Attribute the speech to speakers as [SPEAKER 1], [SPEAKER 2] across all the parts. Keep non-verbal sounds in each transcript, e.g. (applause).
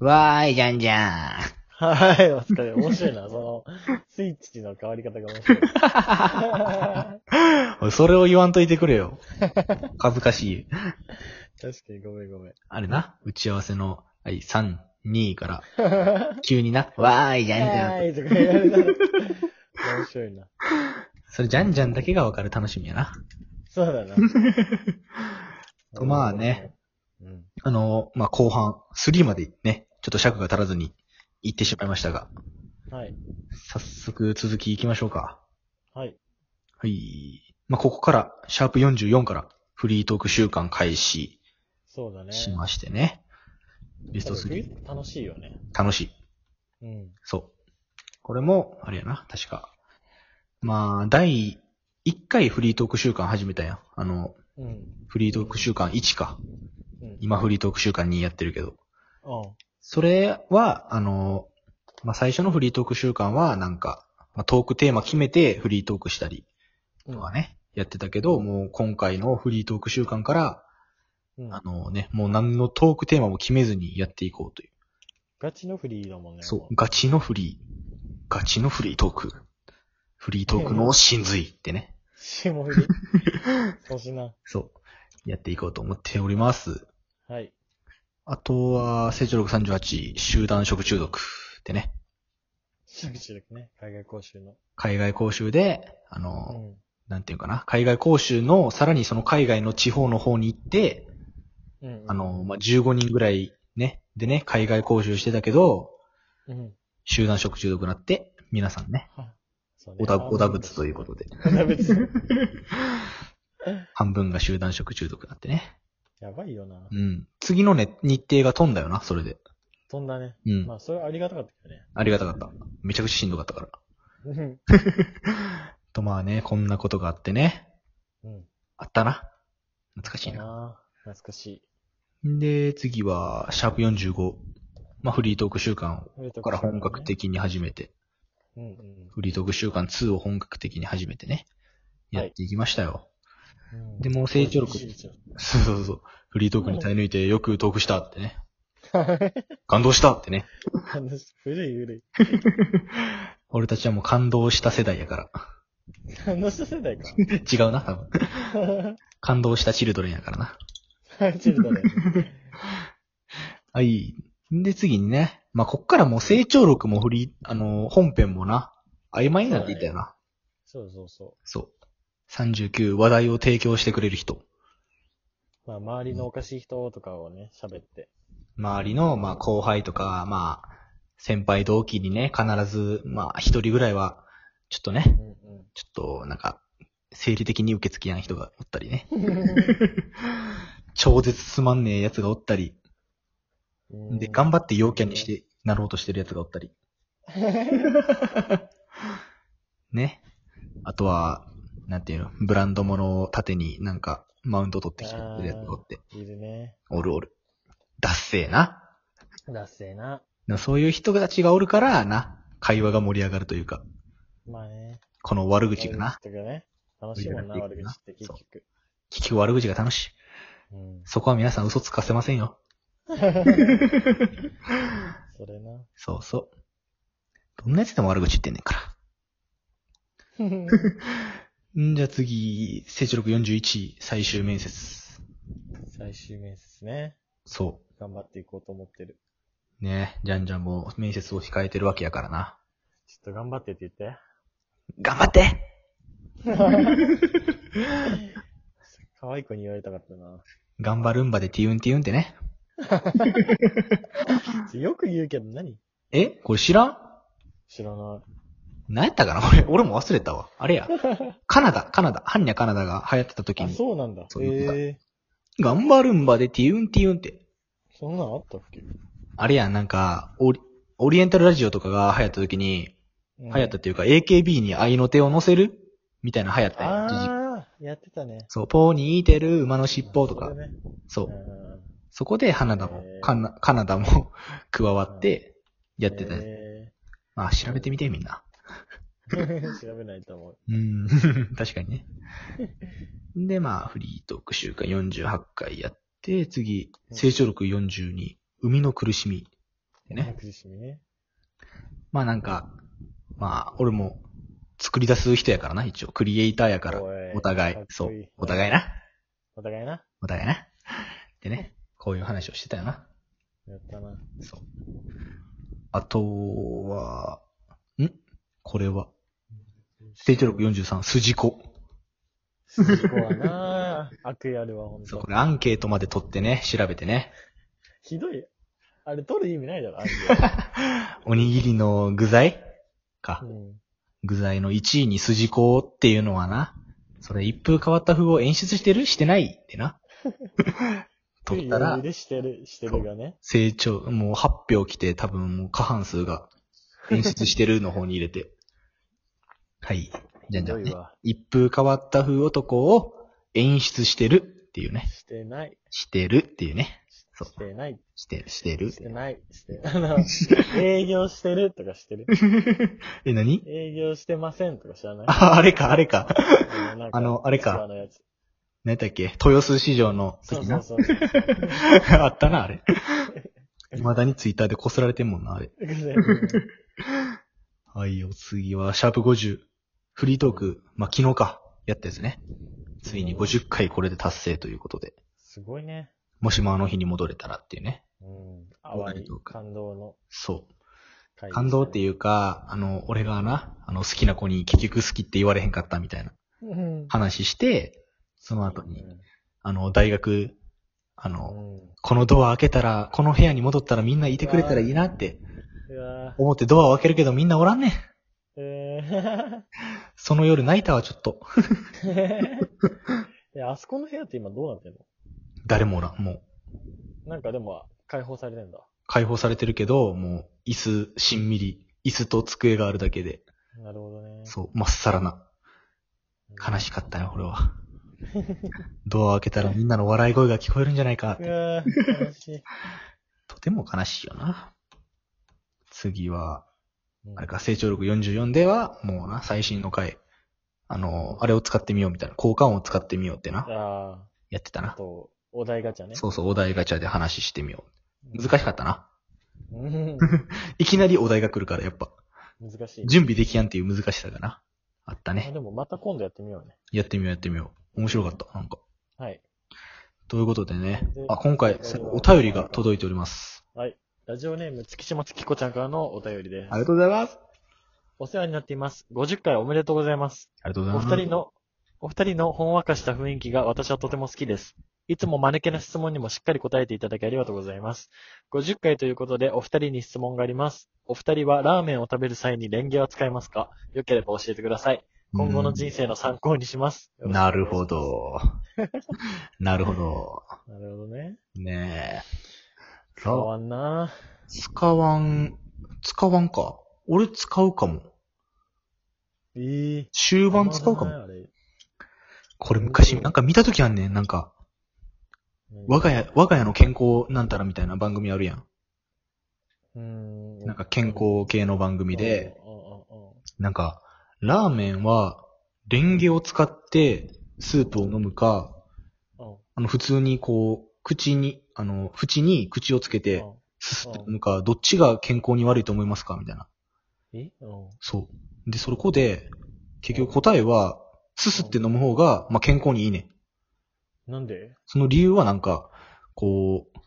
[SPEAKER 1] わーい、じゃんじゃん。
[SPEAKER 2] はい、お疲れ。面白いな、その、スイッチの変わり方が面白い。
[SPEAKER 1] おいそれを言わんといてくれよ。恥ずかしい。
[SPEAKER 2] 確かに、ごめんごめん。
[SPEAKER 1] あれな、打ち合わせの、はい、3、2から、急にな、わーい、じゃんじゃ
[SPEAKER 2] は
[SPEAKER 1] ん。
[SPEAKER 2] ーい、とか言われたら面白いな。
[SPEAKER 1] それ、じゃんじゃんだけがわかる楽しみやな。
[SPEAKER 2] そうだな。
[SPEAKER 1] と (laughs) まあね。
[SPEAKER 2] うん。
[SPEAKER 1] あの、まあ、後半、3までね、ちょっと尺が足らずに行ってしまいましたが、
[SPEAKER 2] はい。
[SPEAKER 1] 早速続き行きましょうか。
[SPEAKER 2] はい。
[SPEAKER 1] はい。まあ、ここから、シャープ44から、フリートーク週間開始
[SPEAKER 2] そうだね。
[SPEAKER 1] しましてね。ベスト
[SPEAKER 2] 多分
[SPEAKER 1] 3、
[SPEAKER 2] 冬楽しいよね。
[SPEAKER 1] 楽しい。
[SPEAKER 2] うん。
[SPEAKER 1] そう。これも、あれやな、確か。まあ、第1回フリートーク週間始めたやん。あの、
[SPEAKER 2] うん。
[SPEAKER 1] フリートーク週間1か。
[SPEAKER 2] うん。
[SPEAKER 1] 今フリートーク週間2やってるけど。
[SPEAKER 2] うん。
[SPEAKER 1] それは、あの、まあ最初のフリートーク週間は、なんか、まあ、トークテーマ決めてフリートークしたり
[SPEAKER 2] う
[SPEAKER 1] と
[SPEAKER 2] ん
[SPEAKER 1] かね、やってたけど、もう今回のフリートーク週間から、
[SPEAKER 2] うん
[SPEAKER 1] あのね、もう何のトークテーマも決めずにやっていこうという。
[SPEAKER 2] ガチのフリーだもんね。
[SPEAKER 1] そ
[SPEAKER 2] も
[SPEAKER 1] う、ガチのフリー。ガチのフリートーク。フリートークの真髄ってね。
[SPEAKER 2] 霜
[SPEAKER 1] (laughs)
[SPEAKER 2] 降り。そうしな。
[SPEAKER 1] そう。やっていこうと思っております。
[SPEAKER 2] はい。
[SPEAKER 1] あとは、成長力38、集団食中毒ってね。
[SPEAKER 2] 食中毒ね。海外講習の。
[SPEAKER 1] 海外講習で、あの、
[SPEAKER 2] うん。
[SPEAKER 1] なんていうかな、海外講習の、さらにその海外の地方の方に行って、
[SPEAKER 2] うん。
[SPEAKER 1] あ、の、まあ、15人ぐらいね、でね、海外講習してたけど、
[SPEAKER 2] うん。
[SPEAKER 1] 集団食中毒になって、皆さんね、
[SPEAKER 2] はそうね
[SPEAKER 1] おだ、おだぶつということで、
[SPEAKER 2] おだぶつ。
[SPEAKER 1] 半分が集団食中毒になってね。
[SPEAKER 2] やばいよな
[SPEAKER 1] う。ん。次のね、日程が飛んだよな、それで。
[SPEAKER 2] 飛んだね。
[SPEAKER 1] うん。
[SPEAKER 2] まあ、それはありがたかったけどね。
[SPEAKER 1] ありがたかった。めちゃくちゃしんどかったから。
[SPEAKER 2] うん。
[SPEAKER 1] と、まあね、こんなことがあってね、
[SPEAKER 2] うん。
[SPEAKER 1] あったな。懐かしいな。
[SPEAKER 2] な懐かしい。
[SPEAKER 1] で、次は、シャープ45。まあ、フリートーク週間を、
[SPEAKER 2] こ
[SPEAKER 1] ここから本格。的に始めて。
[SPEAKER 2] うんうん
[SPEAKER 1] フリートーク週間2を本格的に始めてね、
[SPEAKER 2] はい
[SPEAKER 1] やっていきましたよ。
[SPEAKER 2] うん。
[SPEAKER 1] でもう成長力
[SPEAKER 2] 成長力
[SPEAKER 1] そうそうそう。フリートークに耐え抜いてよくトークしたってね。感動したってね。
[SPEAKER 2] 話古い古い。
[SPEAKER 1] 俺たちはもう感動した世代やから。
[SPEAKER 2] 感動した世代か。
[SPEAKER 1] 違うな、多分。感動したチルドレンやからな。
[SPEAKER 2] チルドレン。
[SPEAKER 1] はい。で、次にね。まあ、こっからもう成長力もフリー、あのー、本編もな、曖昧になっていったよな。
[SPEAKER 2] そうそうそ
[SPEAKER 1] そう,、39、話題を提供してくれる人。
[SPEAKER 2] う。まあ、周りのおかしい人とかをね、喋って。
[SPEAKER 1] 周りの、まあ、後輩とか、まあ、先輩同期にね、必ず、まあ、一人ぐらいは、ちょっとね
[SPEAKER 2] う、んうん。
[SPEAKER 1] ちょっと、なんか、生理的に受け付けない人がおったりね。超絶つまんねえやつがおったり。
[SPEAKER 2] うん
[SPEAKER 1] (laughs) で、頑張って陽キャにして、なろうとしてるやつがおった
[SPEAKER 2] (laughs)
[SPEAKER 1] り。ね。あとは、なんていうの、ブランド物を盾になんか、マウント取ってきてるやつがおって。
[SPEAKER 2] いるね。
[SPEAKER 1] おるおる。だっせえな。
[SPEAKER 2] だっせえな。
[SPEAKER 1] なそういう人たちがおるから、な、会話が盛り上がるというか、
[SPEAKER 2] まあね。
[SPEAKER 1] この悪口がな、
[SPEAKER 2] 悪口とかね。楽しいもんな、
[SPEAKER 1] 悪
[SPEAKER 2] 悪
[SPEAKER 1] 口
[SPEAKER 2] 口
[SPEAKER 1] な
[SPEAKER 2] って結局。
[SPEAKER 1] 結局悪口が楽しい。
[SPEAKER 2] うん。
[SPEAKER 1] そこは皆さん嘘つかせません
[SPEAKER 2] (laughs)
[SPEAKER 1] よ。
[SPEAKER 2] それ
[SPEAKER 1] (laughs)
[SPEAKER 2] な。
[SPEAKER 1] そうそう。どんなやつでも悪口言ってんねんから。んじゃあ次、成長力41、最終面接。
[SPEAKER 2] 最終面接ね。
[SPEAKER 1] そ
[SPEAKER 2] 頑張っていこうと思ってる。
[SPEAKER 1] う。ねじゃんじゃんも面接を控えてるわけやからな。
[SPEAKER 2] ちょっと頑張ってって言って。
[SPEAKER 1] 頑張って
[SPEAKER 2] 可愛い子に言われたかったな。
[SPEAKER 1] 頑張るんばでティウンティウンってね。
[SPEAKER 2] ちょよく言うけど何
[SPEAKER 1] えこれ知らん
[SPEAKER 2] 知らな
[SPEAKER 1] 何やったかなこれ、俺も忘れたわ。あ
[SPEAKER 2] (laughs)
[SPEAKER 1] れや。カナダ、カナダ、ハンニャカナダが流行ってた時
[SPEAKER 2] い。あ、
[SPEAKER 1] に、
[SPEAKER 2] そうなんだ。
[SPEAKER 1] そう
[SPEAKER 2] え
[SPEAKER 1] いうことだ
[SPEAKER 2] え
[SPEAKER 1] 頑張るんばでティウンティウンって。
[SPEAKER 2] ー、そんなんあったっけ
[SPEAKER 1] あれやん、なんか、オリ、オリエンタルラジオとかが流行った時に、流行ったっていうか、AKB に愛の手を乗せるみたいな流行ったやん一時期
[SPEAKER 2] ああ、やってたね。
[SPEAKER 1] そう、ポニーテル、馬の尻尾と
[SPEAKER 2] そ
[SPEAKER 1] か
[SPEAKER 2] う、だね
[SPEAKER 1] そうう。
[SPEAKER 2] ん
[SPEAKER 1] そこで、花田も
[SPEAKER 2] へ、ー
[SPEAKER 1] カナカナダも (laughs) 加わって、やってたやつ。
[SPEAKER 2] え
[SPEAKER 1] まあ、調べてみて、みんな。
[SPEAKER 2] ー (laughs) 調べないと思う。
[SPEAKER 1] うん、 (laughs) 確かに
[SPEAKER 2] (laughs)
[SPEAKER 1] ね。で、まあ、フリートーク週間48回やって、次、成長力42、生みの苦しみ。でね。
[SPEAKER 2] なくじしみね。
[SPEAKER 1] まあなんか、まあ、俺も作り出す人やからな、一応。クリエイターやから。
[SPEAKER 2] おい
[SPEAKER 1] お互い
[SPEAKER 2] かっ、
[SPEAKER 1] そ
[SPEAKER 2] こ
[SPEAKER 1] う
[SPEAKER 2] いい。
[SPEAKER 1] お互いな。
[SPEAKER 2] お互いな。
[SPEAKER 1] お互いな。でね、こういう話をしてたよな。
[SPEAKER 2] やったな。
[SPEAKER 1] そう。あとは、んこれは。成長力43、筋子。
[SPEAKER 2] 筋子は
[SPEAKER 1] (laughs)
[SPEAKER 2] な悪意あるわ、ほん
[SPEAKER 1] そう、
[SPEAKER 2] と
[SPEAKER 1] こ。れアンケートまで取ってね、調べてね。 (laughs)
[SPEAKER 2] ひどい。あれ、取る意味ないだろ、あれ。
[SPEAKER 1] (laughs) おにぎりの具材
[SPEAKER 2] う
[SPEAKER 1] か。
[SPEAKER 2] ん。
[SPEAKER 1] 具材の1位に筋子っていうのはな、それ一風変わった風を演出してるしてないってな。取ったら
[SPEAKER 2] 余裕、でしてる、してるがね。
[SPEAKER 1] 成長、もう8票来て多分もう過半数が演出してるの方に入れて。はい。じゃんじゃん、ね
[SPEAKER 2] ひどいわ。
[SPEAKER 1] 一風変わった風男を演出してるっていうね。
[SPEAKER 2] してない。
[SPEAKER 1] してるっていうね。そう
[SPEAKER 2] してない。
[SPEAKER 1] して、してる。
[SPEAKER 2] してない。して、あ
[SPEAKER 1] (laughs)
[SPEAKER 2] の、営業してるとかしてる。
[SPEAKER 1] え、何
[SPEAKER 2] 営業してませんとか知らない
[SPEAKER 1] あ、あれか、あれか。
[SPEAKER 2] あなん
[SPEAKER 1] あのあれか
[SPEAKER 2] ツアーのやつ
[SPEAKER 1] 何だっけ豊洲市場の
[SPEAKER 2] そう
[SPEAKER 1] 時
[SPEAKER 2] そう
[SPEAKER 1] な。
[SPEAKER 2] そう。そう
[SPEAKER 1] あったな、あれ。未だにツイッターでこすられてんもんな、あれ。はいよ、次は、シャープ50。フリートーク、まあ、昨日か、やったやつね。ついに50回これで達成ということで。
[SPEAKER 2] すごいね。
[SPEAKER 1] もしもあの日に戻れたらっていうね。
[SPEAKER 2] うん。淡い感動の
[SPEAKER 1] そ
[SPEAKER 2] 回、
[SPEAKER 1] う。感動って
[SPEAKER 2] い
[SPEAKER 1] いうか、あの、俺がな、あの、好きな子に結局好きって言われへんかったみたいな
[SPEAKER 2] うん。
[SPEAKER 1] 話して、その後に、あの、大学、あ
[SPEAKER 2] う
[SPEAKER 1] の、
[SPEAKER 2] ん。うん
[SPEAKER 1] このドア開けたら、この部屋に戻ったらみんないてくれたらいいなって
[SPEAKER 2] うわ
[SPEAKER 1] 思ってドアを開けるけどみんなおらんねん。
[SPEAKER 2] えー (laughs)
[SPEAKER 1] その夜泣いたわ、ちょっと。
[SPEAKER 2] え、あそこの部屋って今どうなってんの
[SPEAKER 1] 誰もおらん、もう。
[SPEAKER 2] なんかでも、解放されてんだ。
[SPEAKER 1] 解放されてるけど、もう、椅子、しんみり、椅子と机があるだけで、
[SPEAKER 2] なるほどね。
[SPEAKER 1] そう、まっさらな。悲しかったよ、俺は。ドアを開けたらみんなの笑い声が聞こえるんじゃないかっ
[SPEAKER 2] う
[SPEAKER 1] て。
[SPEAKER 2] わー悲しい。
[SPEAKER 1] とても悲しいよな。次は、
[SPEAKER 2] うん
[SPEAKER 1] あれか、成長力44では、もうな、最新の回。あの、あれを使ってみようみたいな。交換音を使ってみようってな。
[SPEAKER 2] あ
[SPEAKER 1] やってた
[SPEAKER 2] あ、あ
[SPEAKER 1] な。
[SPEAKER 2] と、お題ガチャね。
[SPEAKER 1] そうそう、お題ガチャで話してみよう。
[SPEAKER 2] しい。
[SPEAKER 1] 難しかったな。
[SPEAKER 2] うん
[SPEAKER 1] いきなりお題が来るから、やっぱ、
[SPEAKER 2] 難しい。
[SPEAKER 1] 準備できやんっていう難しさがな。あったね
[SPEAKER 2] あ。でもまた今度やってみようね。
[SPEAKER 1] やってみよう、やってみよう。面白かった、なんか。
[SPEAKER 2] はい。
[SPEAKER 1] ということでね
[SPEAKER 2] で。
[SPEAKER 1] あ、今回、
[SPEAKER 2] 最後は
[SPEAKER 1] お便りが届いております。
[SPEAKER 2] はい。ラジオネーム、月島月子ちゃんからのお便りです。
[SPEAKER 1] がとうございます。
[SPEAKER 2] お世話になっています。50回おめでとうございます。
[SPEAKER 1] ありがとうござい
[SPEAKER 2] お
[SPEAKER 1] ます。
[SPEAKER 2] 二人の、お二人のほんわかした雰囲気が私はとても好きです。いつも間抜けな質問にもしっかり答えていただきありがとうございます。50回ということでお二人に質問があります。お二人はラーメンを食べる際にレンゲは使いますかよければ教えてください。今後の人生の参考にします。
[SPEAKER 1] うんなるほ。
[SPEAKER 2] (laughs)
[SPEAKER 1] ど。なるほど。
[SPEAKER 2] なるほどね。
[SPEAKER 1] ねえ。
[SPEAKER 2] 変
[SPEAKER 1] ら
[SPEAKER 2] わんな
[SPEAKER 1] 使わん、使わんか。俺使うかも。
[SPEAKER 2] いい。
[SPEAKER 1] 終盤使うかも。
[SPEAKER 2] あれ。
[SPEAKER 1] これ昔、なんか見たときあんねん。なんか、我が家、我が家の健康なんたらみたいな番組あるやん。
[SPEAKER 2] うん。
[SPEAKER 1] なんか健康系の番組で、
[SPEAKER 2] うんうんうんうん、
[SPEAKER 1] なんか、ラーメンは、レンゲを使って、スープを飲むか、
[SPEAKER 2] うん
[SPEAKER 1] あの、普通にこう、口に、あの、縁に口をつけて
[SPEAKER 2] う、ん
[SPEAKER 1] すすって飲むか、どっちが健康に悪いと思いますかみたいな。
[SPEAKER 2] えうん。
[SPEAKER 1] そう。で、そこで、結局答えは、すすって飲む方が、まあ、健康にいいね。
[SPEAKER 2] なんで
[SPEAKER 1] その理由はなんか、こう、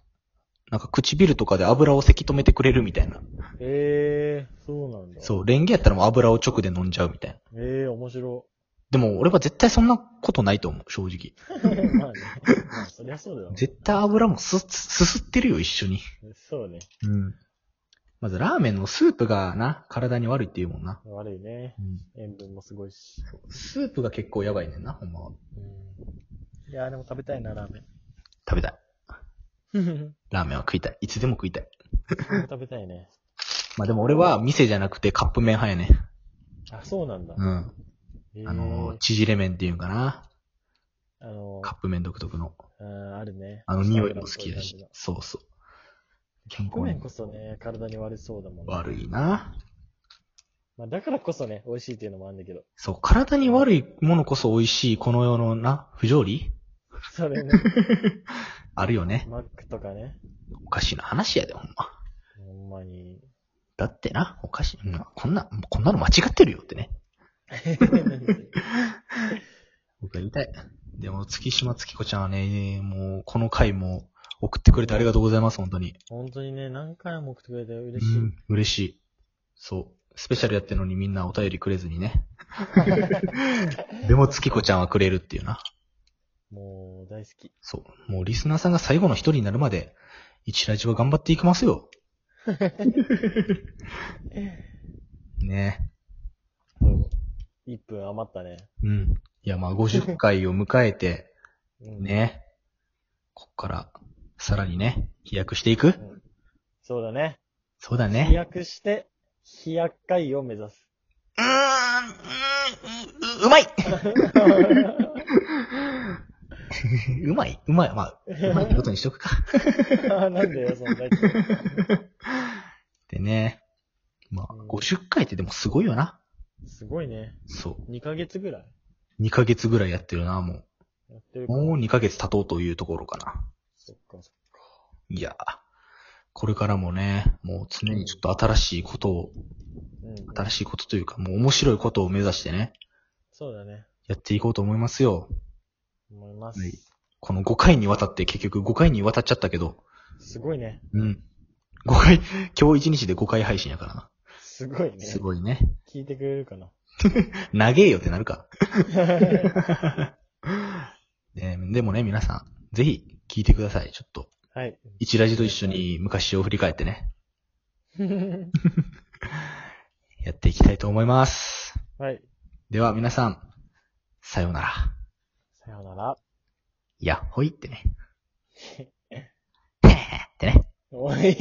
[SPEAKER 1] なんか唇とかで油をせき止めてくれるみたいな。
[SPEAKER 2] ええー、そうなんだ。
[SPEAKER 1] そう、レンゲやったらもう油を直で飲んじゃうみたいな。
[SPEAKER 2] ええー、面白。
[SPEAKER 1] でも俺は絶対そんなことないと思う、正直。
[SPEAKER 2] (laughs) まあね。まあ、そりゃそうだよ。
[SPEAKER 1] 絶対油もす、すすってるよ、一緒に。
[SPEAKER 2] そうね。
[SPEAKER 1] うん。まずラーメンのスープがな、体に悪いって言うもんな。
[SPEAKER 2] 悪いね。
[SPEAKER 1] うん。
[SPEAKER 2] 塩分もすごいし。
[SPEAKER 1] スープが結構やばいねんな、ほんまは。
[SPEAKER 2] うん。いやーでも食べたいな、ラーメン。
[SPEAKER 1] 食べたい。
[SPEAKER 2] (laughs) うん
[SPEAKER 1] ラーメンは食いたい。いつでも食いたい。
[SPEAKER 2] 食べたいね。
[SPEAKER 1] まあでも俺は店じゃなくてカップ麺派やね。
[SPEAKER 2] あ、そうなんだ。
[SPEAKER 1] うん。
[SPEAKER 2] えー
[SPEAKER 1] あのー、縮れ麺っていうんかな。
[SPEAKER 2] あのー
[SPEAKER 1] カップ麺独特の。
[SPEAKER 2] うんあるね。
[SPEAKER 1] あの匂いも好きやし
[SPEAKER 2] 油っ。
[SPEAKER 1] そうそう。健
[SPEAKER 2] ぽい感
[SPEAKER 1] 康
[SPEAKER 2] じの。ごめん
[SPEAKER 1] に
[SPEAKER 2] こそね、体に悪そうだもん、ね。
[SPEAKER 1] 悪いな。
[SPEAKER 2] まあ、だからこそね、美味しいっていうのもあるんだ
[SPEAKER 1] (laughs)
[SPEAKER 2] けど。
[SPEAKER 1] そう、体に悪いものこそ美味しい、この世のな、不条理
[SPEAKER 2] それね、
[SPEAKER 1] あるよね。
[SPEAKER 2] マックとかね。
[SPEAKER 1] おかしいな話やで、ほんま。
[SPEAKER 2] ほん
[SPEAKER 1] (laughs)
[SPEAKER 2] まに。
[SPEAKER 1] だってな、おかしい。うんこんな、こんなの間違ってるよってね。僕は言いたい。でも、月島月子ちゃんはね、もう、この回も送ってくれてありがとうございます、本当に。
[SPEAKER 2] 本当にね、何回も送ってくれて
[SPEAKER 1] う
[SPEAKER 2] 嬉しい。
[SPEAKER 1] ん、嬉しい。そう。スペシャルやってるのにみんなお便りくれずに
[SPEAKER 2] (laughs)
[SPEAKER 1] ね。でも、月子ちゃんはくれるっていうな。
[SPEAKER 2] もう、大好き。
[SPEAKER 1] そう。もう、リスナーさんが最後の一人になるまで、一ラジオ頑張っていきます
[SPEAKER 2] (laughs)
[SPEAKER 1] よ。ね
[SPEAKER 2] 1分余ったね。
[SPEAKER 1] うん。いや、まあ、50回を迎えて、
[SPEAKER 2] うん。
[SPEAKER 1] ね。こっから、さらにね、飛躍していく
[SPEAKER 2] そうだね。
[SPEAKER 1] そうだ
[SPEAKER 2] 飛
[SPEAKER 1] ね。
[SPEAKER 2] 躍して、飛躍回を目
[SPEAKER 1] (laughs)
[SPEAKER 2] 指す。
[SPEAKER 1] うーん、うーん、ううまい (laughs) うまいうまい。まあ、うまいってことにしとくか。
[SPEAKER 2] なんだよ、そんな言って。
[SPEAKER 1] でね。まあ、
[SPEAKER 2] うん
[SPEAKER 1] 50回ってでもすごいよな。
[SPEAKER 2] すごいね。
[SPEAKER 1] そ。
[SPEAKER 2] 2ヶ月ぐらいう
[SPEAKER 1] 2ヶ月ぐらいやってるな、も
[SPEAKER 2] やってる
[SPEAKER 1] う。
[SPEAKER 2] から。
[SPEAKER 1] もう2ヶ月経とうというところかな。
[SPEAKER 2] そっか。
[SPEAKER 1] いやー、これからもね、もう常にちょっと新しいことを、
[SPEAKER 2] うん。
[SPEAKER 1] 新しいことというか、もう面白いことを目指してね、
[SPEAKER 2] そうだね。
[SPEAKER 1] やっていこうと思いますよ。
[SPEAKER 2] 思います。
[SPEAKER 1] はいこの5回にわたって、結局5回にわたっちゃったけど、
[SPEAKER 2] すごいね。
[SPEAKER 1] うん。5回、 (laughs) 今日1日で5回配信やからな。
[SPEAKER 2] すごいね。
[SPEAKER 1] すごいね。
[SPEAKER 2] 聞いてくれる
[SPEAKER 1] (laughs)
[SPEAKER 2] かな。
[SPEAKER 1] 長えよってなるか。ねでもね、皆さん、ぜひ聞いてください。ちょっと、
[SPEAKER 2] (laughs) はい。
[SPEAKER 1] 一ラジと一緒に昔を振り返ってね、やっていきたいと思います。
[SPEAKER 2] はい。
[SPEAKER 1] では皆さん、さようなら。
[SPEAKER 2] さようなら。
[SPEAKER 1] やっほいってね。へへってね。
[SPEAKER 2] おい。